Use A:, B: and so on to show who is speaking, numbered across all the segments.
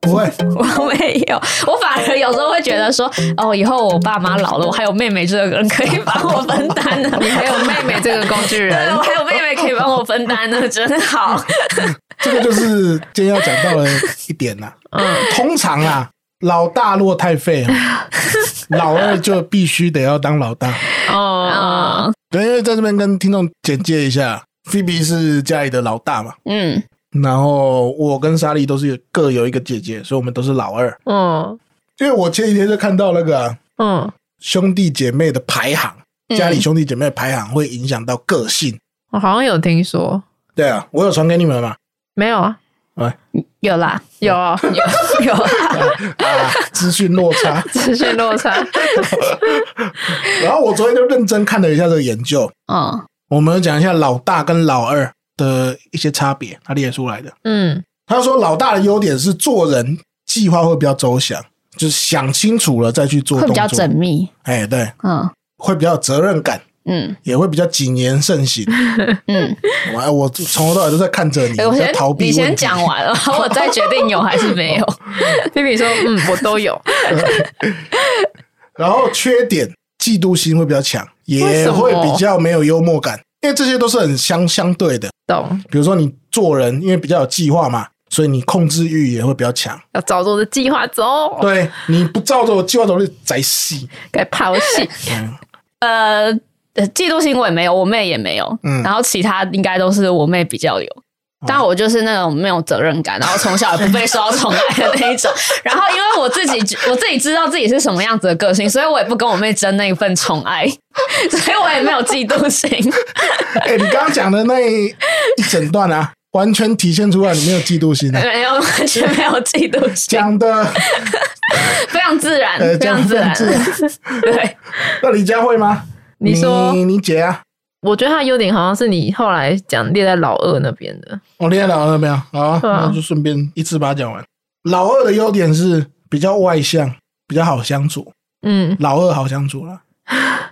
A: 不会，
B: 我没有，我反而有时候会觉得说，哦，以后我爸妈老了，我还有妹妹这个人可以帮我分担 呢。
C: 还有妹妹这个工具
B: 对，
C: 人
B: 我，还有妹妹可以帮我分担呢，真 好。
A: 这个就是今天要讲到的一点呐、
C: 嗯，
A: 通常啊，老大若太废啊，老二就必须得要当老大。
C: 哦，
B: 嗯
A: 对，因为在这边跟听众简介一下菲比是家里的老大嘛，
B: 嗯，
A: 然后我跟莎莉都是各有一个姐姐，所以我们都是老二。
C: 嗯
A: 因为我前几天就看到那个啊、
C: 嗯，
A: 兄弟姐妹的排行，
B: 嗯
A: 家里兄弟姐妹的排行会影响到个性。
C: 我好像有听说，
A: 对啊，我有传给你们嘛？
C: 没有啊？
B: 有啦，
C: 有 啊，
B: 有有啦，
A: 啊，资讯落差。
C: 资讯 落差，
A: 然后我昨天就认真看了一下这个研究，
B: 嗯
A: 我们讲一下老大跟老二的一些差别，他列出来的。
C: 嗯
A: 他说老大的优点是做人计划会比较周详，就是想清楚了再去做
B: 会
A: 动
B: 比较
A: 作
B: 缜。密，
A: 哎，对，
B: 嗯
A: 会比较有责任感，
B: 嗯
A: 也会比较谨言慎 行。
B: 嗯。
A: 我我从头到尾都在看着你，
B: 哎我
A: 在
B: 先
A: 逃避
B: 你
A: 问
B: 先
A: 题
B: 讲完了，我再决定有还是没有。
C: b b 说，嗯，我都有，
A: 然后缺点，嫉妒心会比较强，
C: 为
A: 也
C: 什么
A: 会比较没有幽默感，因为这些都是很相相对的。
C: 懂，
A: 比如说你做人，因为比较有计划嘛，所以你控制欲也会比较强。
C: 要照着我的计划走，
A: 对，你不照着我计划走，就宅戏。
C: 该抛弃，
A: 嗯，
B: 呃，呃嫉妒心我也没有，我妹也没有，
A: 嗯
B: 然后其他应该都是我妹比较有。但我就是那种没有责任感，然后从小也不被受到宠爱的那一 种。然后因为我自己我自己知道自己是什么样子的个性，所以我也不跟我妹争那一份宠爱， 所以我也没有嫉妒 心。
A: 哎、你刚刚讲的那一一整段啊， 完全体现出来你没有嫉妒心
C: 呃
A: 啊，
B: 没有，完全没有嫉妒心，
A: 讲的，
B: 非常自然，
A: 呃
B: 非常自然。
A: 讲得很
B: 对，
A: 那你家会吗？
C: 你说
A: 你你姐啊，
C: 我觉得他的优点好像是你后来讲列在老二那边的，
A: 我列哦老二没有？好啊，
C: 对啊
A: 那就顺便一次把它讲完。老二的优点是比较外向，比较好相处，
C: 嗯，
A: 老二好相处 啦，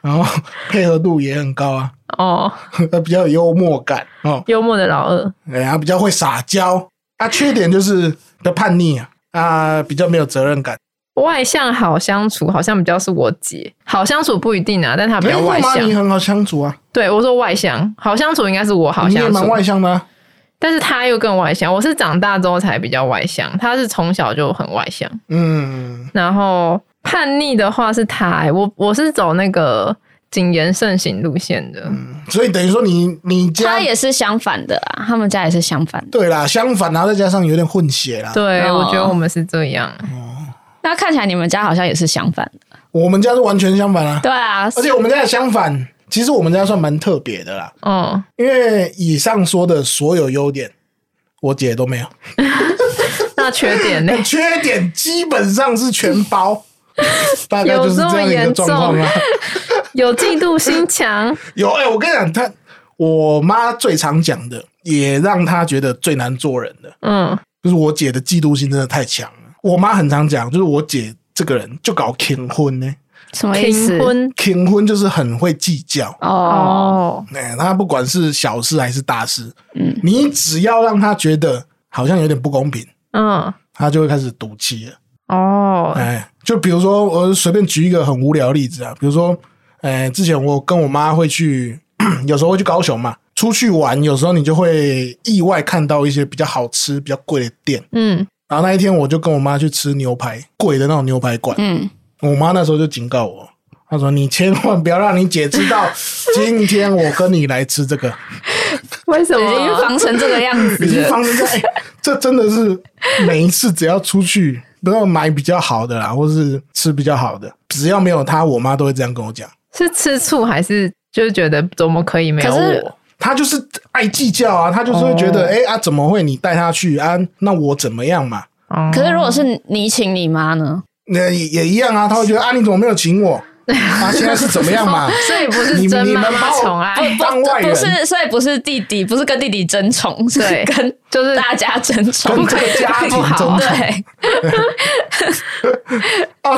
A: 然后配合度也很高啊，
C: 哦，
A: 比较有幽默感哦，
C: 幽默的老二，
A: 哎呀，比较会撒娇。啊，缺点就是比较叛逆啊，啊，比较没有责任感。
C: 外向好相处，好像比较是我姐，好相处不一定啊，但她比较外
A: 妈你
C: 向，
A: 很好相处啊，
C: 对我说外向，好相处应该是我好
A: 你也
C: 相
A: 蛮
C: 处，
A: 外向的、啊。
C: 但是她又更外向，我是长大之后才比较外向，她是从小就很外向，
A: 嗯，
C: 然后叛逆的话是她、欸我我是走那个谨言慎行路线的，
A: 所以等于说你你家
B: 她也是相反的啊，他们家也是相反的。
A: 对啦，相反，啊然后再加上有点混血啦。
C: 对、
B: 哦
C: 我觉得我们是这样，
B: 那看起来你们家好像也是相反的。
A: 我们家是完全相反啊，
B: 对啊，
A: 而且我们家的相反，其实我们家算蛮特别的啦，
C: 哦、
A: 因为以上说的所有优点，我姐都没有，
C: 那缺点 呢？
A: 缺点基本上是全 包。大概就是这样的一个状况啊。
C: 有嫉妒心强，
A: 有哎、我跟你讲，她我妈最常讲的，也让她觉得最难做人的，
C: 嗯，
A: 就是我姐的嫉妒心真的太强了。我妈很常讲，就是我姐这个人就搞挺婚呢、
B: 什么意思
C: 平？婚
A: 挺婚就是很会计较，
B: 哦，
C: 哦，
A: 哎、她不管是小事还是大事，
B: 嗯，
A: 你只要让她觉得好像有点不公平，
C: 嗯，
A: 她就会开始赌气了。
C: 哦，
A: 哎、就比如说我随便举一个很无聊的例子啊，比如说，哎、之前我跟我妈会去， 有时候会去高雄嘛，出去玩，有时候你就会意外看到一些比较好吃、比较贵的店。
C: 嗯，
A: 然后那一天我就跟我妈去吃牛排，贵的那种牛排馆。
B: 嗯，
A: 我妈那时候就警告我，她说：“你千万不要让你姐知道，今天我跟你来吃这个，
C: 为什
B: 已经
C: 么？
B: 防成这个样 子
A: 已经
B: 了。
A: 放生在、哎这真的是每一次只要出去，不要买比较好的啦，或是吃比较好的，只要没有她，我妈都会这样跟我讲。
C: 是吃醋还是就是觉得怎么可以没有
B: 可是
C: 我？
A: 她就是爱计较啊，她就是会觉得，
C: 哦
A: 哎、啊，怎么会你带她去啊？那我怎么样嘛？
C: 哦
B: 可是如果是你请你妈呢？
A: 那也也一样啊，她会觉得啊，你怎么没有请我？啊，现在是怎么样嘛？
C: 哦所以不
A: 你们
C: 是真
A: 你们
C: 妈妈
A: 把我
C: 宠爱，
A: 当外人
B: 不是，所以不是弟弟，不是跟弟弟争宠，是
C: 对
B: 跟
C: 就是
B: 大家争
A: 跟
B: 宠，
A: 这个家庭
C: 不好
A: 争宠
B: 对，
A: 啊。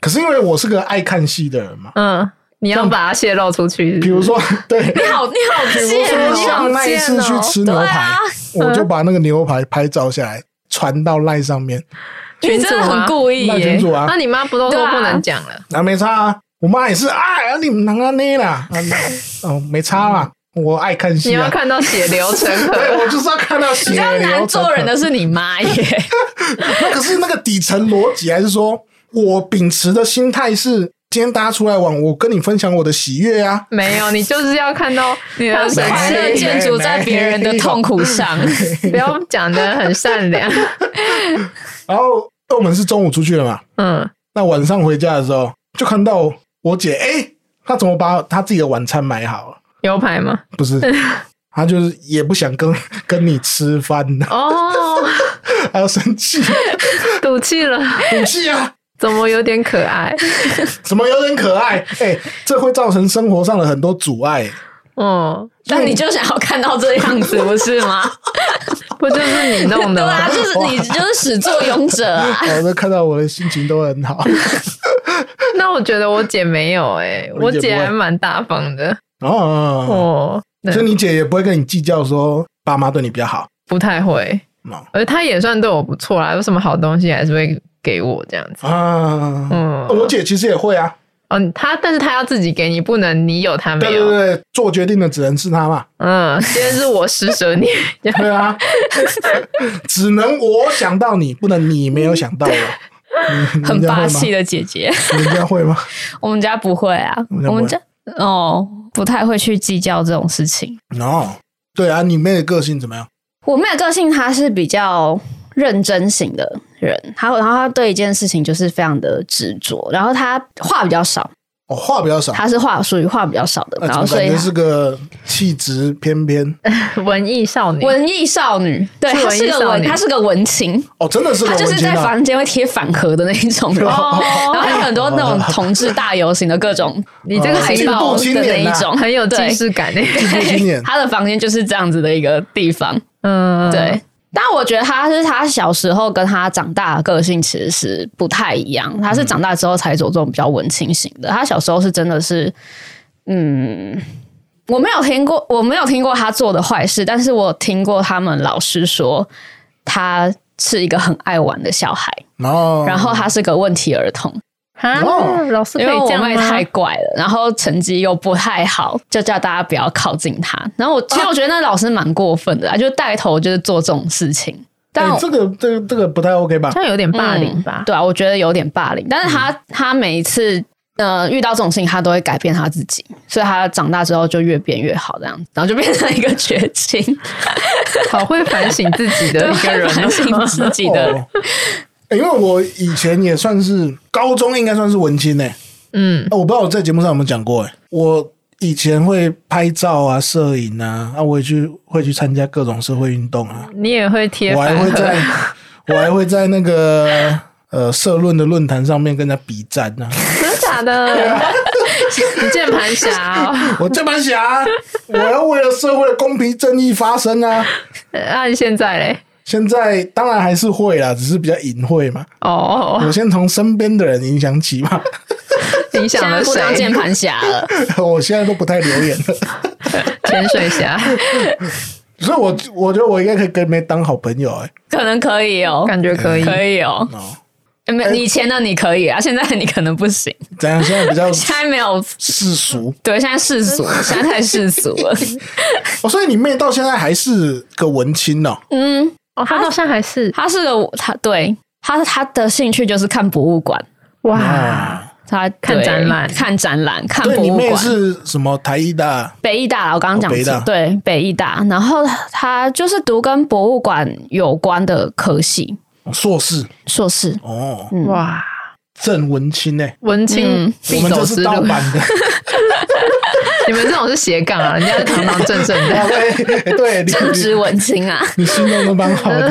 A: 可是因为我是个爱看戏的人嘛，
C: 嗯，你要把它泄露出去是不是，
A: 比如说， 对，
B: 你好，你好
A: 比如
B: 贱
A: 说
C: 你好
A: 像
B: 哦！
A: 那一次去吃牛
B: 对
A: 排
B: 啊，
A: 我就把那个牛排拍照下来，传到赖上面，
B: 你
C: 群主
B: 真的
C: 吗
B: 很故意
A: 赖群
B: 耶。
A: 主啊
C: 那，你妈不都
B: 对
C: 说
B: 啊
C: 不能讲了？
A: 啊没差啊，我妈也是啊，啊你们哪个那啦，啊哦没差啦，我爱看
C: 你
A: 戏
C: 要
A: 啊，
C: 看到血流成河，
A: 对我就是要看到啊血
B: 比较难做人的是你妈 耶，
A: 那可是那个底层逻辑，还是说我秉持的心态是，今天大家出来玩，我跟你分享我的喜悦啊。
C: 没有，你就是要看到
B: 你
C: 他
B: 的
C: 是
B: 生气的建筑在别人的痛苦上。
C: 不要讲的很 善良。
A: 然后我们是中午出去了嘛，
C: 嗯，
A: 那晚上回家的时候就看到我姐，哎、她怎么把她自己的晚餐买好了？
C: 牛排吗？
A: 不是，她就是也不想跟 跟你吃饭，
C: 哦，
A: 她要生气，
C: 赌气了，
A: 赌气啊！
C: 怎么有点可 爱？
A: 怎么有点可爱？哎、这会造成生活上的很多阻碍。
C: 哦，
B: 但你就想要看到这样子，不是 吗？
C: 不就是你弄
B: 对
C: 的
B: 啊，
C: 吗？
B: 就是你就是始作俑者啊！
A: 我都哦看到我的心情都很好。
C: 那我觉得我姐没有哎，
A: 我
C: 我
A: 姐不会
C: 姐还蛮大方的
A: 哦，
C: 哦，对
A: 所以你姐也不会跟你计较说爸妈对你比较好。
C: 不太会，
A: 哦
C: 而她也算对我不错啦，有什么好东西还是会给我这样子。
A: 啊，
C: 嗯，
A: 我姐其实也会啊。
C: 嗯，她但是她要自己给你，不能你有她
A: 对
C: 没
A: 对
C: 有。
A: 对，做决定的只能是她嘛。
C: 嗯，今天是我施舍你，这样
A: 对啊， 只能我想到你，不能你没有想到我。 你
B: 很霸气
A: 的，
B: 的姐姐，
A: 你们家会吗？
B: 我们家不会啊，
A: 我
B: 我
A: 们
B: 们
A: 家
B: 家哦不太会去计较这种事情。
A: 哦，对啊，你妹的个性怎么样？
B: 我妹的个性她是比较认真型的人，她然后她对一件事情就是非常的执着，然后她话比较少，
A: 哦，话比较少，
B: 她是话属于话比较少的，
A: 那
B: 然
A: 啊怎
B: 后
A: 么
B: 所
A: 感
B: 以
A: 觉
B: 她呃
A: 是个气质翩翩？
C: 文艺少女，
B: 文艺少女，对，
C: 是
B: 她
C: 文艺
B: 是个
C: 少
B: 文，
C: 女
B: 她是个文青，
A: 哦，真的是个
B: 她就
A: 文
B: 是
A: 青
B: 在
A: 啊！
B: 房间会贴反盒的那一种人。
C: 哦
B: 然后有很多那种同志大游行的各种
A: 哦
C: 你这个
B: 海
C: 海
A: 进
B: 报
A: 步
C: 报
A: 青
B: 的那
A: 年
B: 一
A: 啊
B: 种，
C: 哦很有
B: 对
C: 既视感欸诶。
A: 进步 青 年
B: 他的房间就是这样子的一个地方，
C: 嗯，
B: 对。，但我觉得他是他小时候跟他长大的个性其实是不太一样，
C: 嗯
B: 他是长大之后才走这种比较文青型的。他小时候是真的是，嗯，我没有听过，我没有听过他做的坏事，但是我听过他们老师说他是一个很爱玩的小孩，
A: 哦，
B: 然后他是个问题儿童。
C: 啊
A: 哦，
C: 老师可
B: 因为
C: 以
B: 我
C: 这样
B: 妹太
C: 吗？
B: 怪了，然后成绩又不太好，就叫大家不要靠近她。然后我其实我觉得那老师蛮过分的啊，就带头就是做这种事情。但
A: 哎
B: 我、
C: 嗯
A: 这个这个这个不太 OK 吧
C: 这？样有点
B: 嗯
C: 霸凌吧？嗯
B: 对啊，我觉得有点霸凌。但是她她每一次呃遇到这种事情，她都会改变她自己，所以她长大之后就越变越好，这样，然后就变成一个绝情，
C: 好会反省自己 的一个人
B: 反省
C: 哦。
B: 自己的。
A: 哦欸因为我以前也算是高中，应该算是文青呢、
C: 嗯，
A: 啊我不知道我在节目上有没有讲过、欸，我以前会拍照啊、摄影啊，啊，我也去会去参加各种社会运动啊，
C: 你也会贴
A: 我还
C: 反
A: 会在
C: 盒，
A: 我还会在那个呃社论的论坛上面跟人家比战 呢、啊。
C: 真的假的？ 你键盘侠哦
A: 我键盘侠，啊我要为了社会的公平正义发声啊！
C: 呃按现在嘞？
A: 现在当然还是会啦，只是比较隐晦嘛。
C: 哦，
A: 我先从身边的人影响起嘛，
C: 影响
B: 现在
C: 了
B: 不当键
C: 谁？
B: 盘侠了，
A: 我现在都不太留言了。
C: 潜水侠，
A: 所以我，我觉得我应该可以跟妹当好朋友哎、
B: 可能可以哦，
C: 感觉可以。
B: 可以哦。
A: 哦，
B: 没以前的你可以啊，现在你可能不行。
A: 怎样？现在比 较
B: 现在没有，
A: 世俗
B: 对，现在世俗，现在太世俗 了。
A: 哦，所以你妹到现在还是个文青哦。
B: 嗯，
C: 哦，他好像还是
B: 他是个他，对他他的兴趣就是看博物馆，
C: 哇，
A: 啊，
B: 他
C: 看
B: 对
C: 展览
B: 看展览，看
A: 对，
B: 嗯博
A: 你
B: 物
A: 妹
B: 馆。
A: 是什么台艺大？
B: 北艺大啦，我刚刚讲
A: 哦北艺大
B: 错，对，北艺大。然后他就是读跟博物馆有关的科系
A: 哦硕士
B: 硕士。
A: 哦，
B: 嗯，
C: 哇，
A: 正文青哎、
C: 文青
B: 嗯
A: 我
C: 必
A: 们
C: 走
A: 这
C: 之
A: 是
C: 路
A: 盗。 版 的，
C: 你们这种是斜杠啊，人家是堂堂正正的。
A: 啊对哎对，你
B: 正
A: 你
B: 直文青啊，
A: 你心中都蛮好的。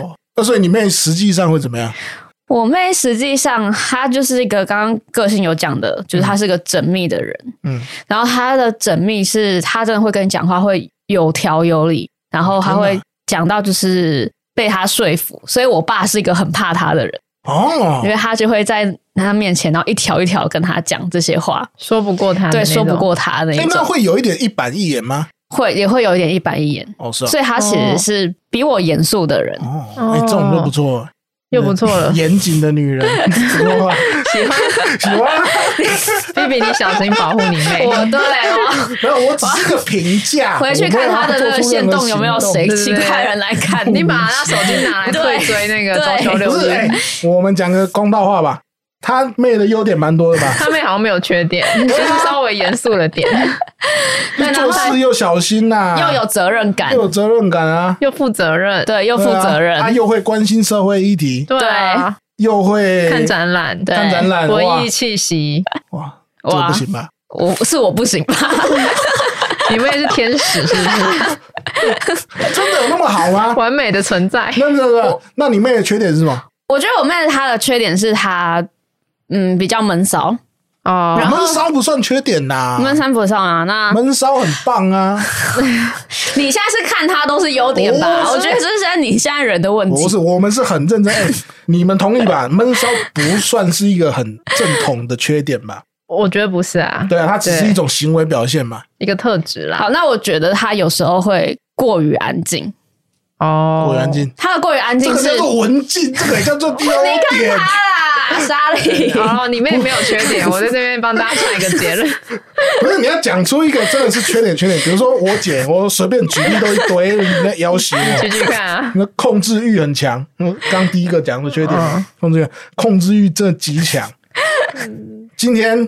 A: 哦，那所以你妹实际上会怎么样？
B: 我妹实际上她就是一个刚刚个性有讲的，就是她是个缜密的人，
A: 嗯，
B: 然后她的缜密是她真的会跟你讲话会有条有理，然后她
A: 天
B: 会
A: 哪
B: 讲到就是被她说服，所以我爸是一个很怕她的人，
A: 哦
B: 因，为他就会在她面前，然后一条一条跟她讲这些话，
C: 说不过他，
B: 啊对，说不。过她的那
A: 哎、
B: 一
A: 那
B: 种。
A: 会有一点一板一眼吗？
B: 会也会有一点一板一眼，
A: 哦，是哦，
B: 所以他其实是比我严肃的人。
A: 哦，哎，这种就不错，。
C: 又不错了
A: 严谨的女人， 喜欢
C: 喜欢
A: 喜欢，
B: 哦
C: b b 你小心保护你
A: 哦
C: 妹。
B: 我对我
A: 没有，我只是个评价，
B: 回去看他的那个线动有没有谁
C: 对对
B: 其
C: 对
B: 他人来看
A: 啊
C: 你把他手机拿来退追那个
B: 对
C: 中秋
A: 不
C: 六
A: 是，
C: 日
A: 哎，，我们讲个公道话吧，他妹的优点蛮多的吧，
C: 他妹好像没有缺点，
A: 啊
C: 就是稍微严肃 了点，
B: 对，然
A: 做
B: 后
A: 事又小心呐，
B: 又有责任感
A: 又，有责任感啊，
C: 又负责任，
B: 对，又负责任
A: 他、啊，又会关心社会议题，
C: 对啊，
A: 又会
C: 看展览，对
A: 看展览，哇
C: 文艺气息，
A: 哇，这个不行吧？
B: 我是我不行吧？
C: 你妹是天使，是 不是？
A: 真的有那么好 吗？
C: 完美的存在，
A: 那那个，那你妹的缺点是什么？
B: 我觉得我妹她的缺点是她嗯比较闷骚，
C: 哦，
A: 闷骚不算缺点呐、
B: 闷三不上啊。那
A: 闷骚很棒 啊！
B: 你现在是看她都是优点吧？
A: 我
B: 我觉得这是你现在人的问
A: 不
B: 题。
A: 是，我们是很认真。哎、你们同意吧？闷骚不算是一个很正统的缺点吧？
C: 我觉得不是啊，
A: 对啊，它只是一种行为表现嘛。
C: 一个特质啦，
B: 好，那我觉得她有时候会过于安静，
C: 哦，
A: 果然静，
B: 她的过于安
A: 这
B: 静
A: 个
B: 是
A: 叫做文静，这个也叫 做优 点。
B: 啊莎 莉。
C: 哦，你妹没有缺点，我在这边帮大家下一 个结论。
A: 不是你要讲出一个真的是缺点缺点，比如说我姐，我随便举例都一堆，你在要挟我
C: 举。举看啊，
A: 那控制欲很强，嗯，刚第一个讲的缺点，
C: 嗯
A: 控制欲，控制欲真的极强。今天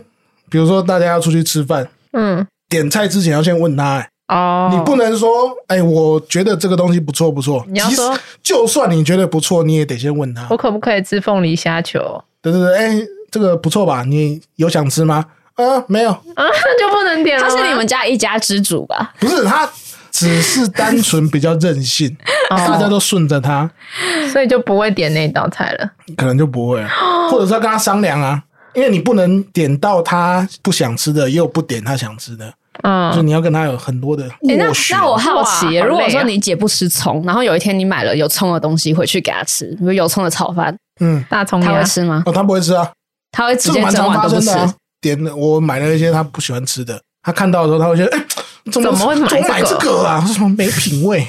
A: 比如说大家要出去吃饭，
C: 嗯，
A: 点菜之前要先问他、欸
C: 哦，
A: 你不能说，哎、我觉得这个东西不错不错。
C: 你要
A: 即使
C: 说，哦
A: 就算你觉得不错，你也得先问他
C: 我。可不可以吃凤梨虾球
A: 对对对，哎、这个不错吧？你有想吃吗？啊，没有，
C: 啊？就不能点了
B: 她
C: 吗？
B: 是你们家一家之主吧？
A: 不是他，只是单纯比较任性，
B: 哦
A: 大家都顺着他，
C: 哦所以就不会点那道菜了。
A: 可能就不会了，
B: 哦
A: 或者是要跟他商量啊，因为你不能点到他不想吃的，又不点他想吃的，就
C: 嗯，
A: 你要跟他有很多的
B: 诶那
A: 斡旋。
B: 那我好奇，
C: 哇好累啊
B: 如果说你姐不吃葱，然后有一天你买了有葱的东西回去给她吃，比如有葱的炒饭，
A: 嗯，
C: 大葱
B: 她
C: 呀
B: 会，吃吗？
A: 哦，他不会吃啊，
B: 她会直
A: 这个
B: 接
A: 蛮
B: 整
A: 常
B: 碗
A: 发
B: 都不
A: 生
B: 吃
A: 的、。啊。点了我买了一些他不喜欢吃的，他看到的时候他会觉得，哎、怎么
C: 怎么会买
A: 怎么买
C: 这
A: 这
C: 个
A: 个啊？什么没品 味？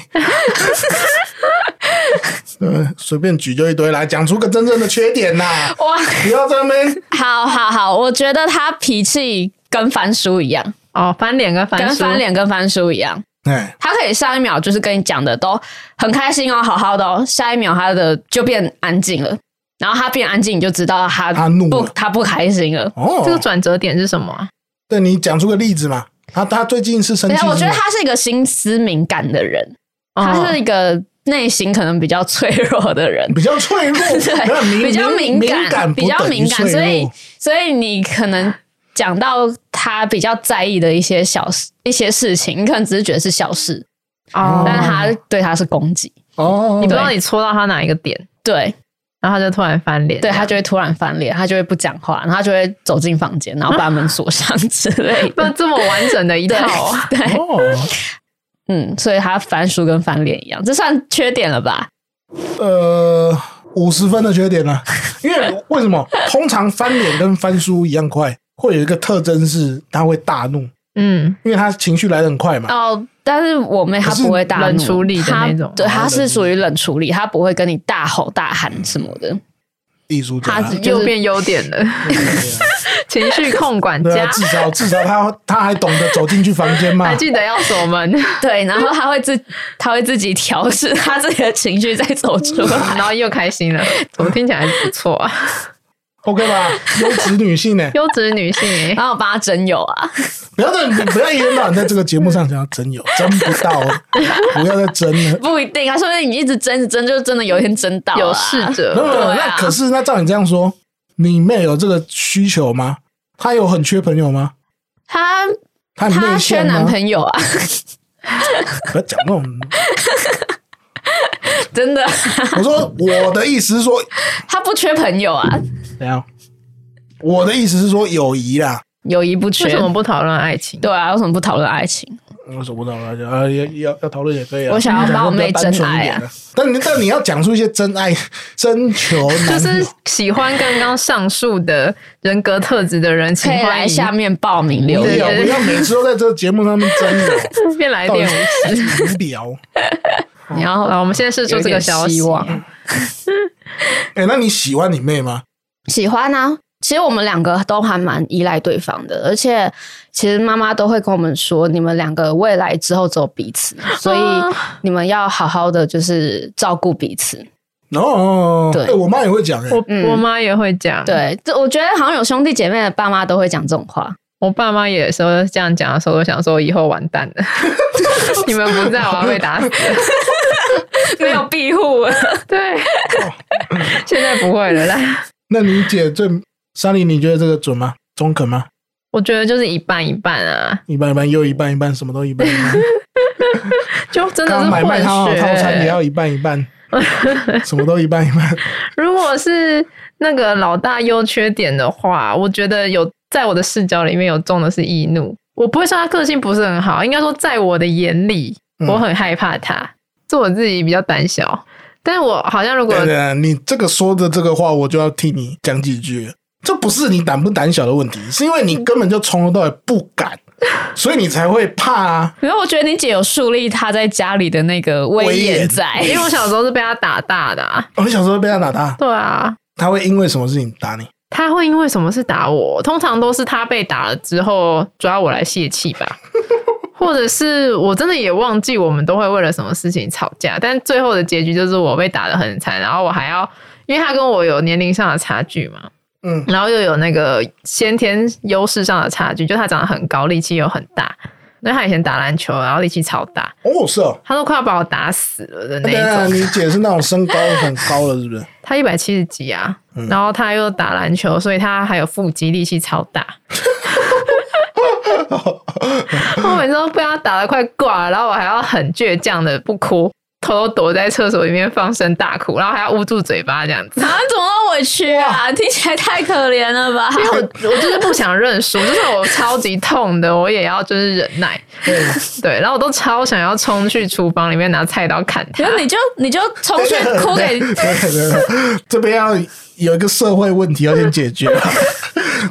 A: 呃，随便举就一堆来，讲出个真正的缺点呐、
B: 哇，
A: 不要在那边
B: 好好好，我觉得他脾气跟翻书一样，
C: 哦，翻脸跟翻
B: 跟
C: 书
B: 翻，脸跟翻书一样，
A: 哎，
B: 他可以上一秒就是跟你讲的都很开心哦，好好的哦，下一秒他的就变安静了，然后他变安静，你就知道他
A: 他怒
B: 不
A: 了
B: 他不开心了。
A: 哦，
C: 这个转折点是什么啊？
A: 对你讲出个例子嘛？他他最近是生
B: 对
A: 气
B: 啊，
A: 是吗，
B: 我觉得他是一个心思敏感的人，
A: 啊
B: 他是
C: 哦
B: 一个内心可能比较脆弱的人。
A: 比较脆弱，没有
B: 对，
A: 敏
B: 比较
A: 敏
B: 感，
A: 感不
B: 比较
A: 等于
B: 敏感，
A: 脆
B: 所以
A: 弱
B: 所以你可能讲到他比较在意的一些小事、一些事情，你可能只是觉得是小事，
C: 哦，
B: 但是他对他是攻击，
A: 哦，
C: 你不知道你戳到他哪一个点，
B: 对
C: 然后他就突然翻脸，
B: 对，
A: 啊
B: 他就会突然翻脸，他就会不讲话，然后他就会走进房间，然后把门锁上之类
C: 那
B: 的。
C: 这么完整的一
B: 对
C: 套啊，
B: 对，
A: 哦，
B: 嗯，所以他翻书跟翻脸一样，这算缺点了吧？
A: 呃，五十分的缺点呢、啊因为为什么？通常翻脸跟翻书一样快，会有一个特征是他会大怒，
C: 嗯，
A: 因为他情绪来的很快嘛。
B: 哦，但是我妹她
A: 可是
B: 不会大怒
C: 冷处理的
B: 她
C: 那种
B: 对，
A: 哦
B: 她是
A: 冷
B: 属于冷处理，她不会跟你大吼大喊什么的。
A: 艺术家
B: 他，只就是啊
C: 又变优点了， 情绪控管
A: 对
C: 家
A: 啊，，至少至少他他还懂得走进去房间嘛
C: 还。记得要锁门，
B: 对，然后他会自他会自己调试他自己的情绪再走出 来。
C: 然后又开心了， 怎么听起来不错啊？
A: OK 吧，优质女性 呢、
C: 优质女性欸，
B: 然后我帮他真友啊，
A: 不要再不要一天到晚在这个节目上想要真有真不到，哦不要再真了。
B: 不一定啊，说不定你一直争着争，就真的有一天争到、啊、
C: 有事
A: 没有
C: 者
A: 没有，
B: 对啊
A: 那可是那照你这样说，你妹有这个需求吗？她有很缺朋友吗？
B: 他
A: 她很
B: 他
A: 内
B: 缺
A: 向吗
B: 男？朋友啊，
A: 不要讲那种。
B: 真的，
A: 我说我的意思是说，
B: 他不缺朋友啊，
A: 怎样？我的意思是说友谊啦，
B: 友谊不
C: 为
B: 缺
C: 什。么不讨论爱情？
B: 对啊，为什么不讨论爱情？
A: 我什么不知道啊，就啊要要要讨论也可以啊。
B: 我想要把我妹真爱啊
A: 啊，但你但你要讲出一些真爱、真求
C: 就
B: 啊
A: 男友
C: 是喜欢刚刚上述的人格特质的人，请
B: 可以
C: 欢
B: 来
C: 迎
B: 下面报名留
A: 无
B: 言。
A: 聊，不要每次都在这个节目上面真的
C: 便来
A: 到底
C: 电。
A: 是无聊。
B: 你要
C: 好，我们现在是出这个消息
B: 有点希。望
A: 哎，那你喜欢你妹吗？
B: 喜欢啊。其实我们两个都还蛮依赖对方的，而且其实妈妈都会跟我们说，你们两个未来之后只有彼此，所以你们要好好的就是照顾彼此。
A: 哦，
B: 对
A: 哎我妈也会讲哎，
C: 我
B: 嗯
C: 我妈也会讲，
B: 对，这我觉得好像有兄弟姐妹的爸妈都会讲这种话。
C: 我爸妈也时候这样讲的时候，我想说以后完蛋 了，你们不在，我要被打死。
B: 没有庇护，
C: 对，现在不会了啦。
A: 那你姐最莎莉，你觉得这个准吗？中肯吗？
C: 我觉得就是一半一半啊，
A: 一半一半，又一半一半，什么都一半一半。
C: 就真的
A: 刚
C: 是
A: 买麦
C: 混
A: 当劳
C: 血。欸
A: 套餐也要一半一 半，什么都一半一半。
C: 如果是那个老大优缺点的话，我觉得有在我的视角里面有中的是易怒。我不会说他个性不是很好，应该说在我的眼里，
A: 嗯
C: 我很害怕他，是我自己比较胆小。但我好像如果
A: 对啊对，对你这个说的这个话，我就要替你讲几句了。这不是你胆不胆小的问题，是因为你根本就从头到尾不敢，所以你才会怕啊。
B: 可是我觉得你姐有树立她在家里的那个威严 在，
C: 欸因为我小时候是被他打大的、啊，
A: 我哦小时候被他打他，
C: 对啊，
A: 他会因为什么事情打你？
C: 他会因为什么事打我？通常都是他被打了之后抓我来泄气 吧，或者是我真的也忘记我们都会为了什么事情吵架，但最后的结局就是我被打得很惨，然后我还要，因为他跟我有年龄上的差距嘛，
A: 嗯，
C: 然后又有那个先天优势上的差距，就他长得很高，力气又很大，因为他以前打篮球，然后力气超大，
A: 哦，是哦。
C: 他都快要把我打死了的那
A: 对啊，
C: 一种。
A: 你姐是那种身高很高的，是不是？
C: 他一百七十几啊
A: 嗯，
C: 然后他又打篮球，所以他还有腹肌，力气超大。我每次都被他打得快挂了，然后我还要很倔强的不哭，偷偷躲在厕所里面放声大哭，然后还要捂住嘴巴这样子。
B: 啊，怎么那么委屈啊？听起来太可怜了 吧？
C: 因为 我我就是不想认输，就是我超级痛的，我也要就是忍耐。
A: 对，啊
C: 对，然后我都超想要冲去厨房里面拿菜刀砍他
B: 然。后你就你就冲去哭给
A: 对对对对，这边要有一个社会问题要先解 决。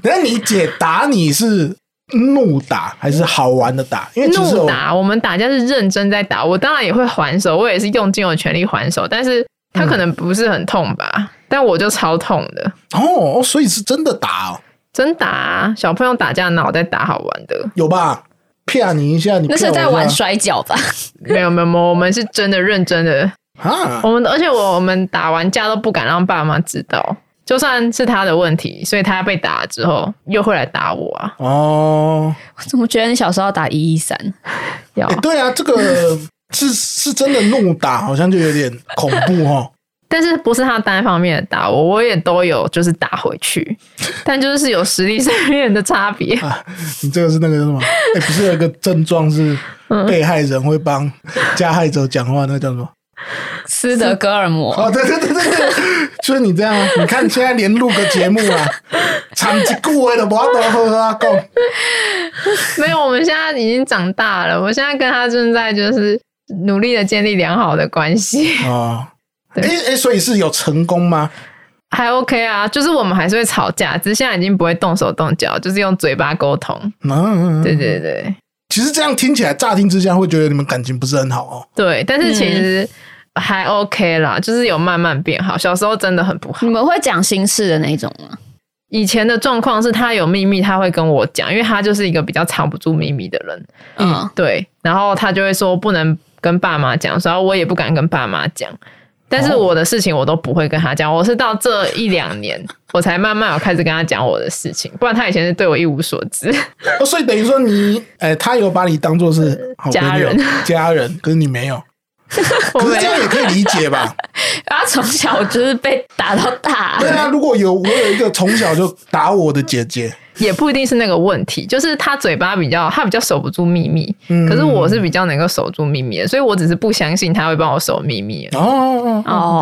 A: 那你姐打你是怒打还是好玩的打？因哎为其实
C: 怒
A: 我
C: 打，我们打架是认真在打，我当然也会还手，我也是用尽我全力还手，但是
A: 嗯
C: 他可能不是很痛吧，但我就超痛的，
A: 哦，所以是真的打哦，
C: 真打、啊，小朋友打架脑袋打好玩的，
A: 有吧？啪你一下，你
B: 那
A: 啪
B: 是
A: 我
B: 在
A: 一下
B: 玩摔跤吧？
C: 没有没有 没有，我们是真的认真的，
A: 啊
C: 我？们而且我我们打完架都不敢让爸妈知道，就算是他的问题，所以他被打了之后又会来打我啊，
A: 哦，
B: 我怎么觉得你小时候要打一一三？
C: 要
A: 哎、对啊，这个是是真的怒打，好像就有点恐怖哦。
C: 但是不是他单方面的打我，我也都有就是打回去，但就是有实力上面的差别。
A: 啊，你这个是那个什么？哎、不是有一个症状是
C: 嗯
A: 被害人会帮加害者讲话，那叫什么？
B: 斯德哥尔摩
A: 哦，对对对对对，就是你这样啊！你看现在连录个节目 啊，惨一句话都不要多喝啊，讲
C: 没有，我们现在已经长大了，我现在跟他正在就是努力的建立良好的关系，
A: 哦。哎
C: 对
A: 哎、诶所以是有成功吗？
C: 还 OK 啊。就是我们还是会吵架，只是现在已经不会动手动脚，就是用嘴巴沟通。
A: 嗯，
C: 对。对对
A: 其实这样听起来，乍听之下会觉得你们感情不是很好哦。
C: 对，但是其实还 OK 啦，就是有慢慢变好。小时候真的很不好
B: 你，们会讲心事的那种吗？
C: 以前的状况是他有秘密他会跟我讲，因为他就是一个比较藏不住秘密的人。
B: 嗯，
C: 对，然后他就会说不能跟爸妈讲，然后我也不敢跟爸妈讲。但是
A: 哦
C: 我的事情我都不会跟他讲，我是到这一两年我才慢慢有开始跟他讲我的事情，不然他以前是对我一无所知。
A: 哦所以等于说你，哎、他有把你当做是好朋友
C: 呃家人，
A: 家人，可是你 没有，
C: 我
A: 可
C: 没
A: 是这样也可以理解吧？
B: 他从小就是被打到大
A: 对，啊，如果有我有一个从小就打我的姐姐，
C: 也不一定是那个问题，就是他嘴巴比较他比较守不住秘密，
A: 嗯
C: 可是我是比较能够守住秘密的，所以我只是不相信他会帮我守秘密而已。
A: 哦哦，哦
B: 哦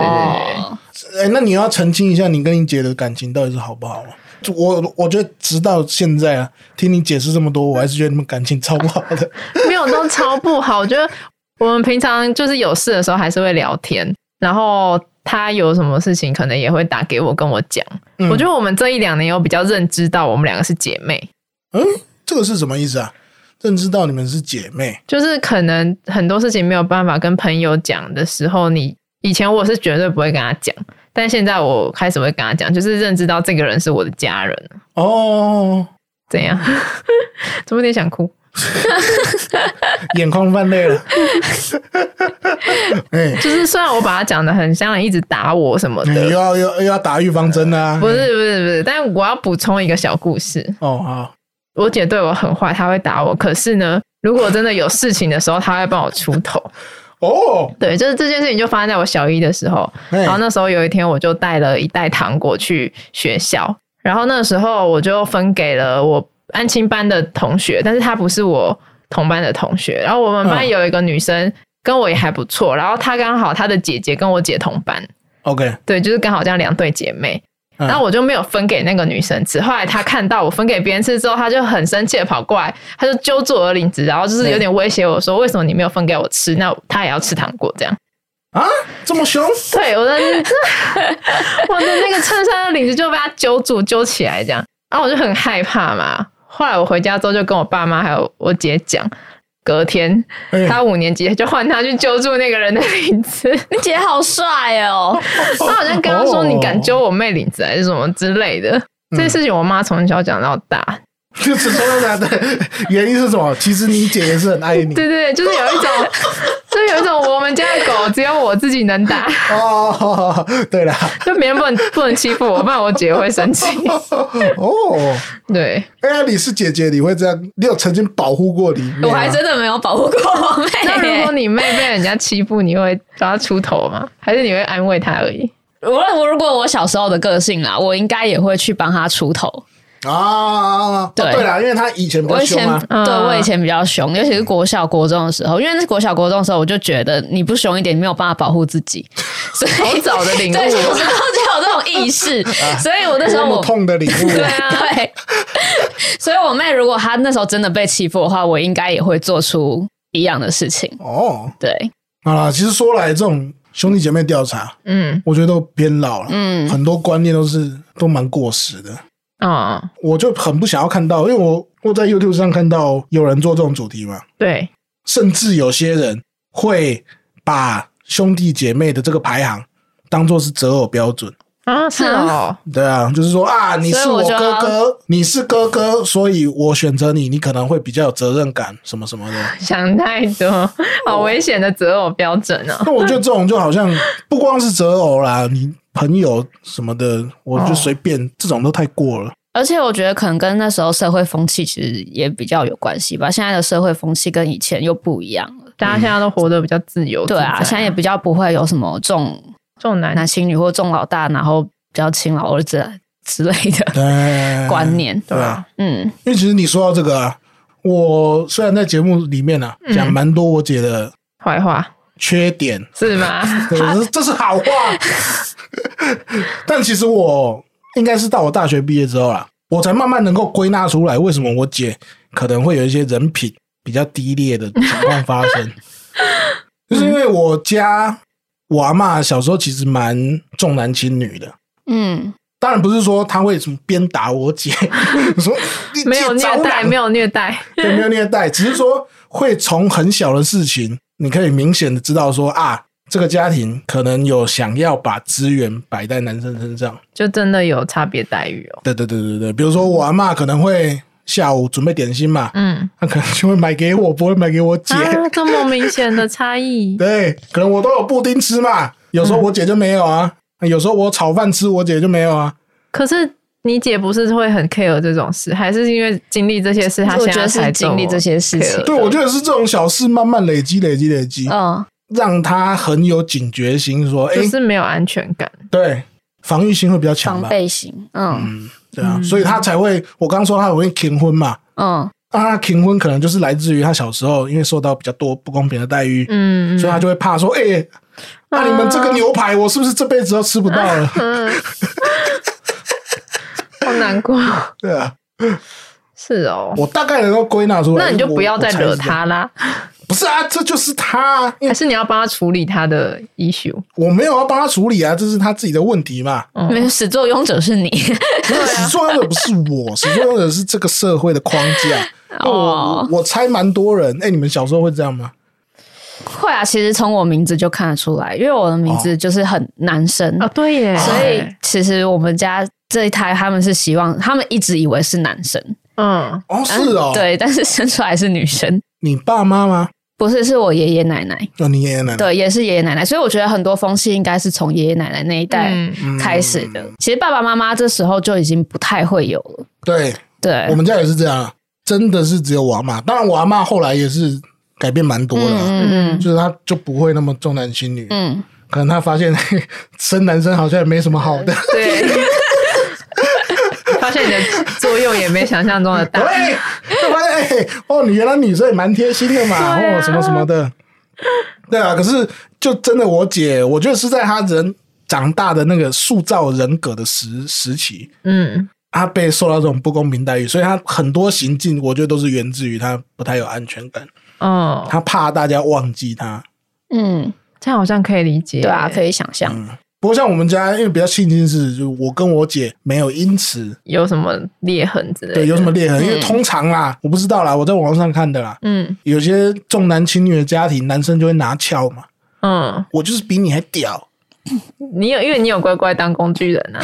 C: 对对对
A: 哎、那你要澄清一下，你跟你姐的感情到底是好不好吗？我我觉得直到现在啊，听你解释这么多，我还是觉得你们感情超不好的。
C: 没有都超不好。我觉得我们平常就是有事的时候还是会聊天，然后他有什么事情可能也会打给我跟我讲。
A: 嗯
C: 我觉得我们这一两年有比较认知到我们两个是姐妹，
A: 嗯，这个是什么意思啊？认知到你们是姐妹，
C: 就是可能很多事情没有办法跟朋友讲的时候，你以前我是绝对不会跟他讲，但现在我开始会跟他讲，就是认知到这个人是我的家人。
A: 哦，
C: 怎样？ 怎么有点想哭？
A: 眼眶泛泪了。 哎、
C: 就是虽然我把他讲的很像一直打我什么
A: 你又
C: 的，
A: 要又又要打预防针啊？
C: 不是不是不是，但我要补充一个小故事。
A: 哦，好，
C: 我姐对我很坏，她会打我。可是 呢，如果真的有事情的时候，她会帮我出头。
A: 哦，
C: 对，就是这件事情就发生在我小一的时候。
A: 哎
C: 然后那时候有一天，我就带了一袋糖果去学校，然后那时候我就分给了我安亲班的同学，但是她不是我同班的同学。然后我们班
A: 嗯
C: 有一个女生跟我也还不错，然后她刚好她的姐姐跟我姐同班，
A: ，OK，
C: 对，就是刚好这样两对姐妹。
A: 嗯
C: 然后我就没有分给那个女生吃，后来她看到我分给别人吃之后，她就很生气的跑过来，她就揪住我的领子，然后就是有点威胁我说：“为什么你没有分给我吃？那她也要吃糖果这样。
A: 啊，这么凶？”
C: 对， 我的我的那个衬衫的领子就被她揪住揪起来这样，然后我就很害怕嘛。后来我回家之后就跟我爸妈还有我姐讲，隔天
A: 哎
C: 她五年级就换她去揪住那个人的领子。
B: 你姐好帅哦，
C: 他好像跟他说：“
A: 哦
C: 你敢 揪我妹领子还是什么之类的。”
B: 哦
C: 这件事情我妈从小讲到大，
A: 就是说的 的原因是什么？其实你姐也是很爱你
C: 对对对，就是有一种， 就是有一种我们家的狗只有我自己能打，
A: 哦。 对啦，
C: 就别人不能不能欺负我，不然我姐会生气。
A: 哦，
C: 对，
A: 哎呀，你是姐姐，你会这样？你有曾经保护过你妹
C: 啊
A: 吗？
B: 我还真的没有保护过我妹
C: 那如果
B: 耶。
C: 你妹被人家欺负，你会抓她出头吗？还是你会安慰她而已？
B: 无论我如果我小时候的个性啦，我应该也会去帮她出头。
A: 啊啊，啊
B: 对
A: 哦对啦，因为她以前比
B: 我
A: 较
B: 以
A: 凶
B: 前
A: 啊。
C: 嗯
B: 对我以前比较凶，尤其是国小、国中的时候，因为是国小、国中的时候，我就觉得你不凶一点，你没有办法保护自己，所以
C: 好早的领悟啊
B: 对，小时候就有这种意 识，所以我那时
A: 多
B: 候
A: 么
B: 我
A: 痛的领悟
C: 对
A: 啊！
C: 啊，
B: 嗯 对，所以我妹如果她那时候真的被欺负的话，我应该也会做出一样的事情。
A: 哦，
B: 对，
A: 好啦，其实说来，这种兄弟姐妹调查，
C: 嗯，
A: 我觉得都偏老了，
B: 嗯
A: 很多观念都是都蛮过时的。
C: 哦，
A: 我就很不想要看到，因为我我在 YouTube 上看到有人做这种主题嘛，
C: 对，
A: 甚至有些人会把兄弟姐妹的这个排行当做是择偶标准。
C: 啊，是哦，
A: 对啊，就是说啊，你是我
B: 所以我就
A: 哥
B: 要
A: 哥，你是哥哥，所以我选择你，你可能会比较有责任感，什么什 么的。
C: 想太多，好危险的择偶标准
B: 啊
C: 哦。
A: 那我觉得这种就好像不光是择偶啦，你朋友什么的，我就随便，这种都太过了。
B: 而且我觉得可能跟那时候社会风气其实也比较有关系吧。现在的社会风气跟以前又不一样了。
C: 大家现在都活得比较自由，
B: 对啊，
C: 自在
B: 现在也比较不会有什么重
C: 重男
B: 男轻女或重老大，然后比较轻老儿子啊之类的
A: 对，
B: 观念。
A: 嗯对啊，
B: 嗯，
A: 因为其实你说到这个啊，我虽然在节目里面啊
C: 嗯
A: 讲蛮多我姐的
C: 坏话
A: 缺点，
C: 是吗？
A: 对， 这这是好话。但其实我应该是到我大学毕业之后啦，我才慢慢能够归纳出来，为什么我姐可能会有一些人品比较低劣的情况发生，就是因为我家我阿嬷小时候其实蛮重男轻女的。
B: 嗯，
A: 当然不是说她会什么鞭打我姐， 说 你姐
C: 没有虐
A: 糟
C: 待，
A: 男
C: 没有虐待，
A: 对，没有虐待，只是说会从很小的事情，你可以明显的知道说啊，这个家庭可能有想要把资源摆在男生身上。
C: 就真的有差别待遇哦。
A: 对对对对对，比如说我阿嬷可能会下午准备点心嘛，
C: 嗯，
A: 她可能就会买给我，不会买给我姐。
C: 啊，这么明显的 差异，
A: 对，可能我都有布丁吃嘛，有时候我姐就没有啊，有时候我炒饭吃，我姐就没有啊。
C: 可是你姐不是会很 care 这种事，还是因为经历这些事，她
B: 我
C: 现
B: 觉
C: 在
B: 得是
C: 才
B: 经历这些事情
C: care
A: 对，我觉得是这种小事慢慢累积、累积、累积，
B: 嗯，
A: 让她很有警觉心，说，哎
C: 哦就，是没有安全感。
A: 对，防御心会比较强
B: 防
A: 吧。
B: 备型，嗯
A: 对啊，所以他才会，我刚说他很会停婚嘛，
B: 嗯
A: 那他停婚可能就是来自于他小时候因为受到比较多不公平的待遇，
C: 嗯，
A: 所以他就会怕说，哎、那你们这个牛排我是不是这辈子都吃不到了？
C: 嗯，好难过。
A: 对啊，
C: 是哦，
A: 我大概能够归纳出来。
C: 那你就不要再惹
A: 我我猜是这样。
C: 他啦，
A: 不是啊，这就是他啊，因
C: 还
A: 为
C: 是你要帮他处理他的 issue？
A: 我没有要帮他处理啊，这是他自己的问题 嘛。
B: 没有始作俑者是你
A: 不
C: 啊
A: 是始作俑者不是我，始作俑者是这个社会的框架。那我
B: 哦。
A: 我猜蛮多人，哎、你们小时候会这样吗？
B: 会啊，其实从我名字就看得出来，因为我的名
A: 哦
B: 字就是很男生，
C: 哦，对耶，
B: 所以其实我们家这一胎他们是希望，他们一直以为是男生，
C: 嗯，
A: 哦，是哦，
B: 对，但是生出来是女生，
A: 你爸妈吗？
B: 不是是我爷爷奶奶，
A: 就你爷爷奶奶，
B: 对，也是爷爷奶奶，所以我觉得很多风气应该是从爷爷奶奶那一代
C: 嗯
B: 开始的。其实爸爸妈妈这时候就已经不太会有了，
A: 对，
B: 对
A: 我，们家也是这样啊，真的是只有我阿妈。当然，我阿妈后来也是改变蛮多的啊、
B: 嗯嗯
A: 就是她就不会那么重男轻女，
B: 嗯，
A: 可能她发现 生男生好像也没什么好的。
C: 对。发现你的作用也没想象中的
B: 嗯
A: 对
C: 大，，
A: 就发现哎、哦，你原来女生也蛮贴心的嘛，
C: 对啊
A: 哦，什么什么的。对啊，可是就真的我姐，我觉得是在她人长大的那个塑造人格的时时期，
C: 嗯，
A: 他被受到这种不公平待遇，所以他很多行径，我觉得都是源自于他不太有安全感，
C: 哦，
A: 他怕大家忘记他。
B: 嗯，
C: 这样好像可以理解，
B: 对啊，可以想象，
A: 不过像我们家，因为比较庆幸是，就我跟我姐没有因此
C: 有什么裂痕之类的，
A: 对有什么裂痕，
B: 嗯
A: 因为通常啦，我不知道啦，我在网络上看的啦，
C: 嗯
A: 有些重男轻女的家庭，男生就会拿翘嘛，
C: 嗯，
A: 我就是比你还屌，
C: 你有，因为你有乖乖当工具 人啊，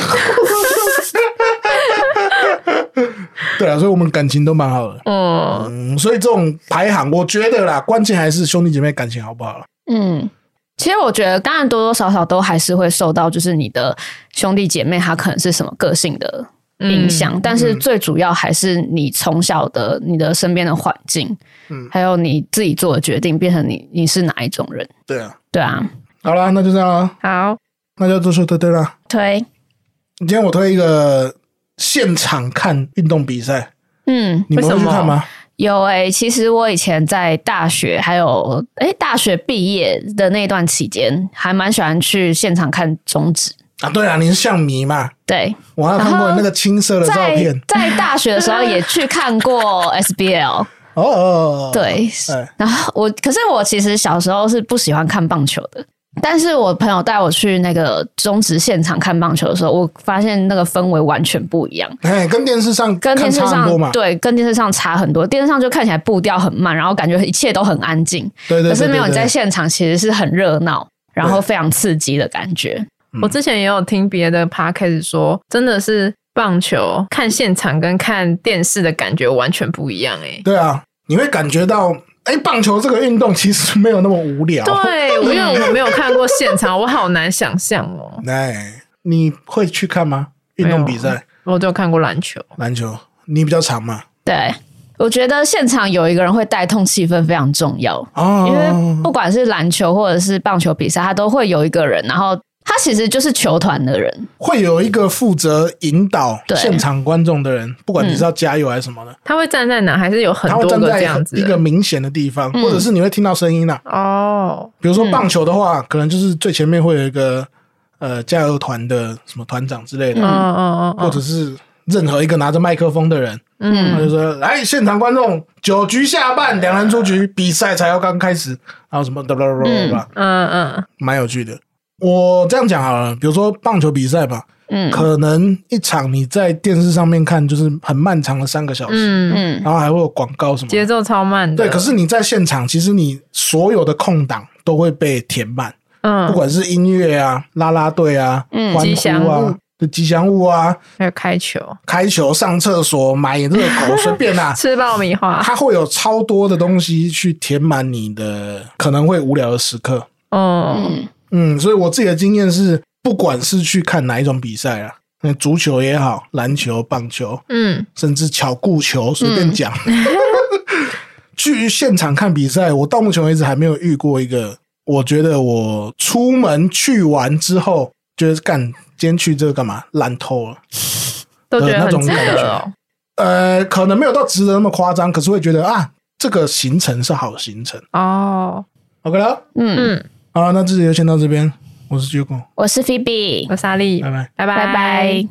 A: 对啊，所以我们感情都蛮好的。
C: 嗯，
A: 嗯，所以这种排行，我觉得啦，关键还是兄弟姐妹感情好不好啦
B: 嗯。其实我觉得，当然多多少少都还是会受到，就是你的兄弟姐妹他可能是什么个性的
C: 嗯
B: 影响，但是最主要还是你从小的、你的身边的环境，
A: 嗯
B: 还有你自己做的决定，变成你你是哪一种人，
A: 对啊，
B: 对啊，
A: 好啦，那就这样啦，
C: 好，
A: 那就多说对对啦。
B: 推，
A: 今天我推一个现场看运动比赛，
B: 嗯，
A: 你们会
C: 为
A: 去
C: 什么
A: 看吗？
B: 有诶、其实我以前在大学，还有诶、大学毕业的那段期间，还蛮喜欢去现场看中指。
A: 啊，对啊，你是象迷嘛？
B: 对，
A: 我还有看过你那个青涩的照
B: 在
A: 片。
B: 在大学的时候也去看过 SBL，
A: 哦哦哦，哦，
B: 对。
A: 哎，
B: 然后我，可是我其实小时候是不喜欢看棒球的，但是我朋友带我去那个中职现场看棒球的时候，我发现那个氛围完全不一样。
A: 哎，跟电视上
B: 跟电视
A: 看差很多
B: 上
A: 嘛，
B: 对，跟电视上差很多。电视上就看起来步调很慢，然后感觉一切都很安静，
A: 对对对，
B: 可是没有
A: 对
B: 你
A: 对
B: 在现场，其实是很热闹，然后非常刺激的感觉。
C: 嗯我之前也有听别的 podcast 说，真的是棒球看现场跟看电视的感觉完全不一样哎、
A: 对啊，你会感觉到，哎，棒球这个运动其实没有那么无聊。，
B: 哦
C: 对，我因为我没有看过现场，我好难想象哦。
A: 哎，你会去看吗？运动比赛，
C: 我就看过篮球，
A: 篮球，你比较长嘛？
B: 对，我觉得现场有一个人会带动气氛非常重要，因为
A: 哦，
B: 不管是篮球或者是棒球比赛，他都会有一个人，然后他其实就是球团的人，
A: 会有一个负责引导
B: 对
A: 现场观众的人，不管你是要加油还是什么的，
C: 他会站在哪？还是有很
A: 他会
C: 多
A: 站
C: 个
A: 在
C: 这样子
A: 一
C: 的
A: 个明显的地方，或者是你会听到声音啦、啊
C: 哦，
A: 比如说棒球的话，可能就是最前面会有一个呃加油团的什么团长之类的，
C: 嗯嗯
A: 或
C: 嗯
A: 者是任何一个拿着麦克风的人，
C: 嗯
A: 他就说：“来，现场观众，九局下半，两人出局，比赛才要刚开始。”然后什么哒哒哒哒哒，
C: 嗯嗯
A: 蛮有趣的。我这样讲好了，比如说棒球比赛吧，
B: 嗯
A: 可能一场你在电视上面看就是很漫长的三个小时，
C: 嗯嗯，
B: 嗯
A: 然后还会有广告什么的
C: 节奏超慢的。
A: 对，可是你在现场，其实你所有的空档都会被填满，不
C: 嗯，
A: 管是音乐啊、啦啦队啊、
B: 嗯
A: 欢
C: 吉祥
A: 呼啊
C: 物、
A: 对吉祥物啊、
C: 还有开球、
A: 开球、上厕所、买热狗，随便 啊，
C: 吃爆米花，
A: 它会有超多的东西去填满你的可能会无聊的时刻。
C: 嗯
B: 嗯
A: 嗯，所以我自己的经验是，不管是去看哪一种比赛啊，嗯足球也好，篮球、棒球，
C: 嗯，
A: 甚至巧固球，随便讲。去现场看比赛，我到目前为止还没有遇过一个，我觉得我出门去完之后，觉得干今天去这个干嘛烂透了。
C: 都觉
A: 的
C: 得
A: 呃那
C: 很
A: 种
C: 值
A: 感觉
C: 得哦。
A: 呃，可能没有到值得那么夸张，可是会觉得啊，这个行程是好行程。
C: 哦，
A: OK 了，
B: 嗯，
C: 嗯，
A: 好，那这集就先到这边，我是 j u g o
B: 我是 Phoebe，
A: 嗯
C: 我莎莉
A: 拜，拜。
C: 拜
B: 拜拜。